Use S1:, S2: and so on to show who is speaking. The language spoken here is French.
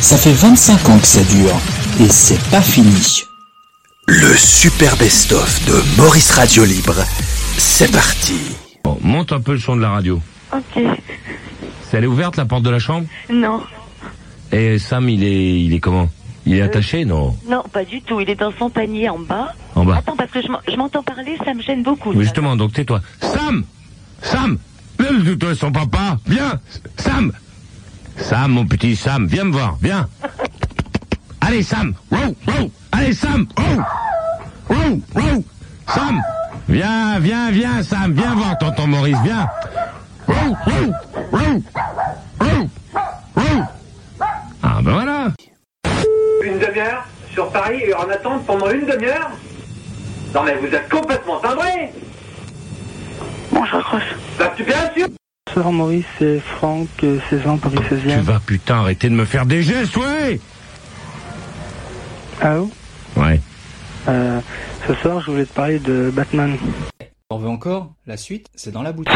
S1: Ça fait 25 ans que ça dure. Et c'est pas fini.
S2: Le super best-of de Maurice Radio Libre, c'est parti.
S3: Bon, monte un peu le son de la radio.
S4: Ok.
S3: C'est- Elle est ouverte la porte de la chambre
S4: Non.
S3: Et Eh, Sam, il est, il est comment Il est attaché Non.
S4: Non, pas du tout. Il est dans son panier en bas.
S3: En bas.
S4: Attends, parce que je m'en- je m'entends parler, ça me gêne beaucoup.
S3: Mais
S4: ça.
S3: justement, donc tais-toi. Sam Sam Euh, toi, Son papa Viens Sam Sam, mon petit Sam, viens me voir, viens Allez, Sam Wow, wow Allez, Sam Wow Wow, wow Sam Viens, viens, viens, Sam, viens voir, tonton Maurice, viens Wow, wow Wow Wow Wow Ah, ben voilà
S5: Une demi-heure sur Paris et en attente pendant une demi-heure Non mais vous êtes complètement timbré
S6: Bon, je raccroche.
S5: Bah tu bien sûr
S6: Sœur Maurice, c'est Franck, euh, 16 ans, Paris
S3: Tu
S6: 16e.
S3: vas putain arrêter de me faire des gestes, ouais
S6: Allô
S3: Ouais.
S6: euh, Ce soir, je voulais te parler de Batman.
S7: On veut encore La suite, c'est dans la boutique.